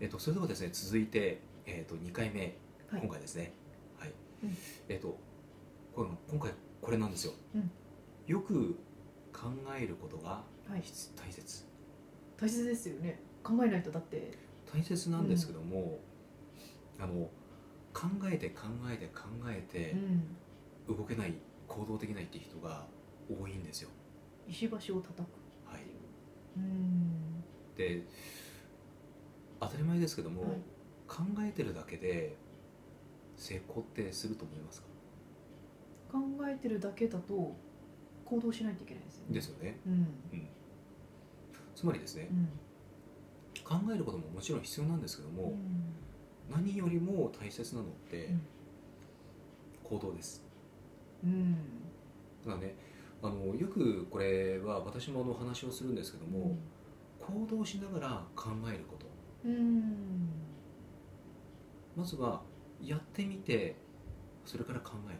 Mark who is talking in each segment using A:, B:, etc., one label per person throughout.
A: えっと、それではですね続いて、えっと、2回目、
B: はい
A: 今回ですねはい、
B: うん
A: えっとこの今回これなんですよ、
B: うん
A: よく考えることが
B: はい
A: 必大切
B: 大切ですよね考えないとだって
A: 大切なんですけども、あの考えて考えて考えて
B: うん
A: 動けない行動できないって人が多いんですよ、
B: 石橋を叩く
A: はい、
B: うん
A: で当たり前ですけども、
B: はい
A: 考えてるだけで成功ってすると思いますか
B: 考えてるだけだと行動しないといけないですよね
A: ですよね
B: うん
A: つまりですね
B: うん
A: 考えることももちろん必要なんですけど
B: う
A: も、
B: ん
A: 何よりも大切なのって
B: うん
A: 行動です、
B: うん
A: だからねあのよくこれは私もあの話をするんですけども、行動しながら考えること
B: うん
A: まずはやってみてそれから考える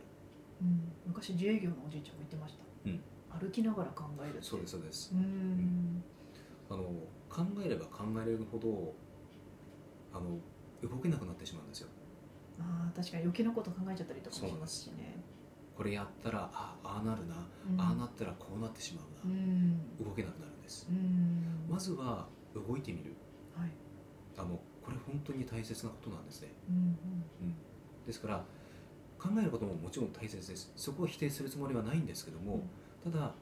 B: うん昔自営業のおじいちゃんも言ってました
A: うん
B: 歩きながら考えるって
A: そうですそうです
B: うん
A: あの考えれば考えるほどあの動けなくなってしまうんですよ
B: あー確かに余計なこと考えちゃったりとかも
A: そう
B: し
A: なん
B: ま
A: ですす
B: しね
A: これやったらあああなるな、
B: うん
A: ああなったらこうなってしまう
B: う
A: な、
B: ん
A: 動けなくなるんです
B: う、ん
A: まずは動いてみる
B: はい
A: あのこれ本当に大切なことなんですね、
B: うん
A: うん、ですから考えることももちろん大切ですそこを否定するつもりはないんですけども、ただ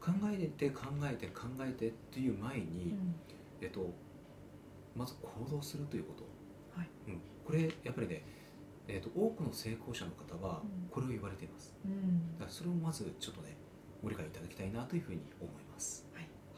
A: 考えて考えて考えてっていう前に、
B: うんうん
A: えっと、まず行動するということ、
B: はい
A: うん、これやっぱりね、えっと、多くの成功者の方は
B: うん
A: これを言われています
B: うん
A: だからそれをまずちょっとねご理解いただきたいなというふうに思います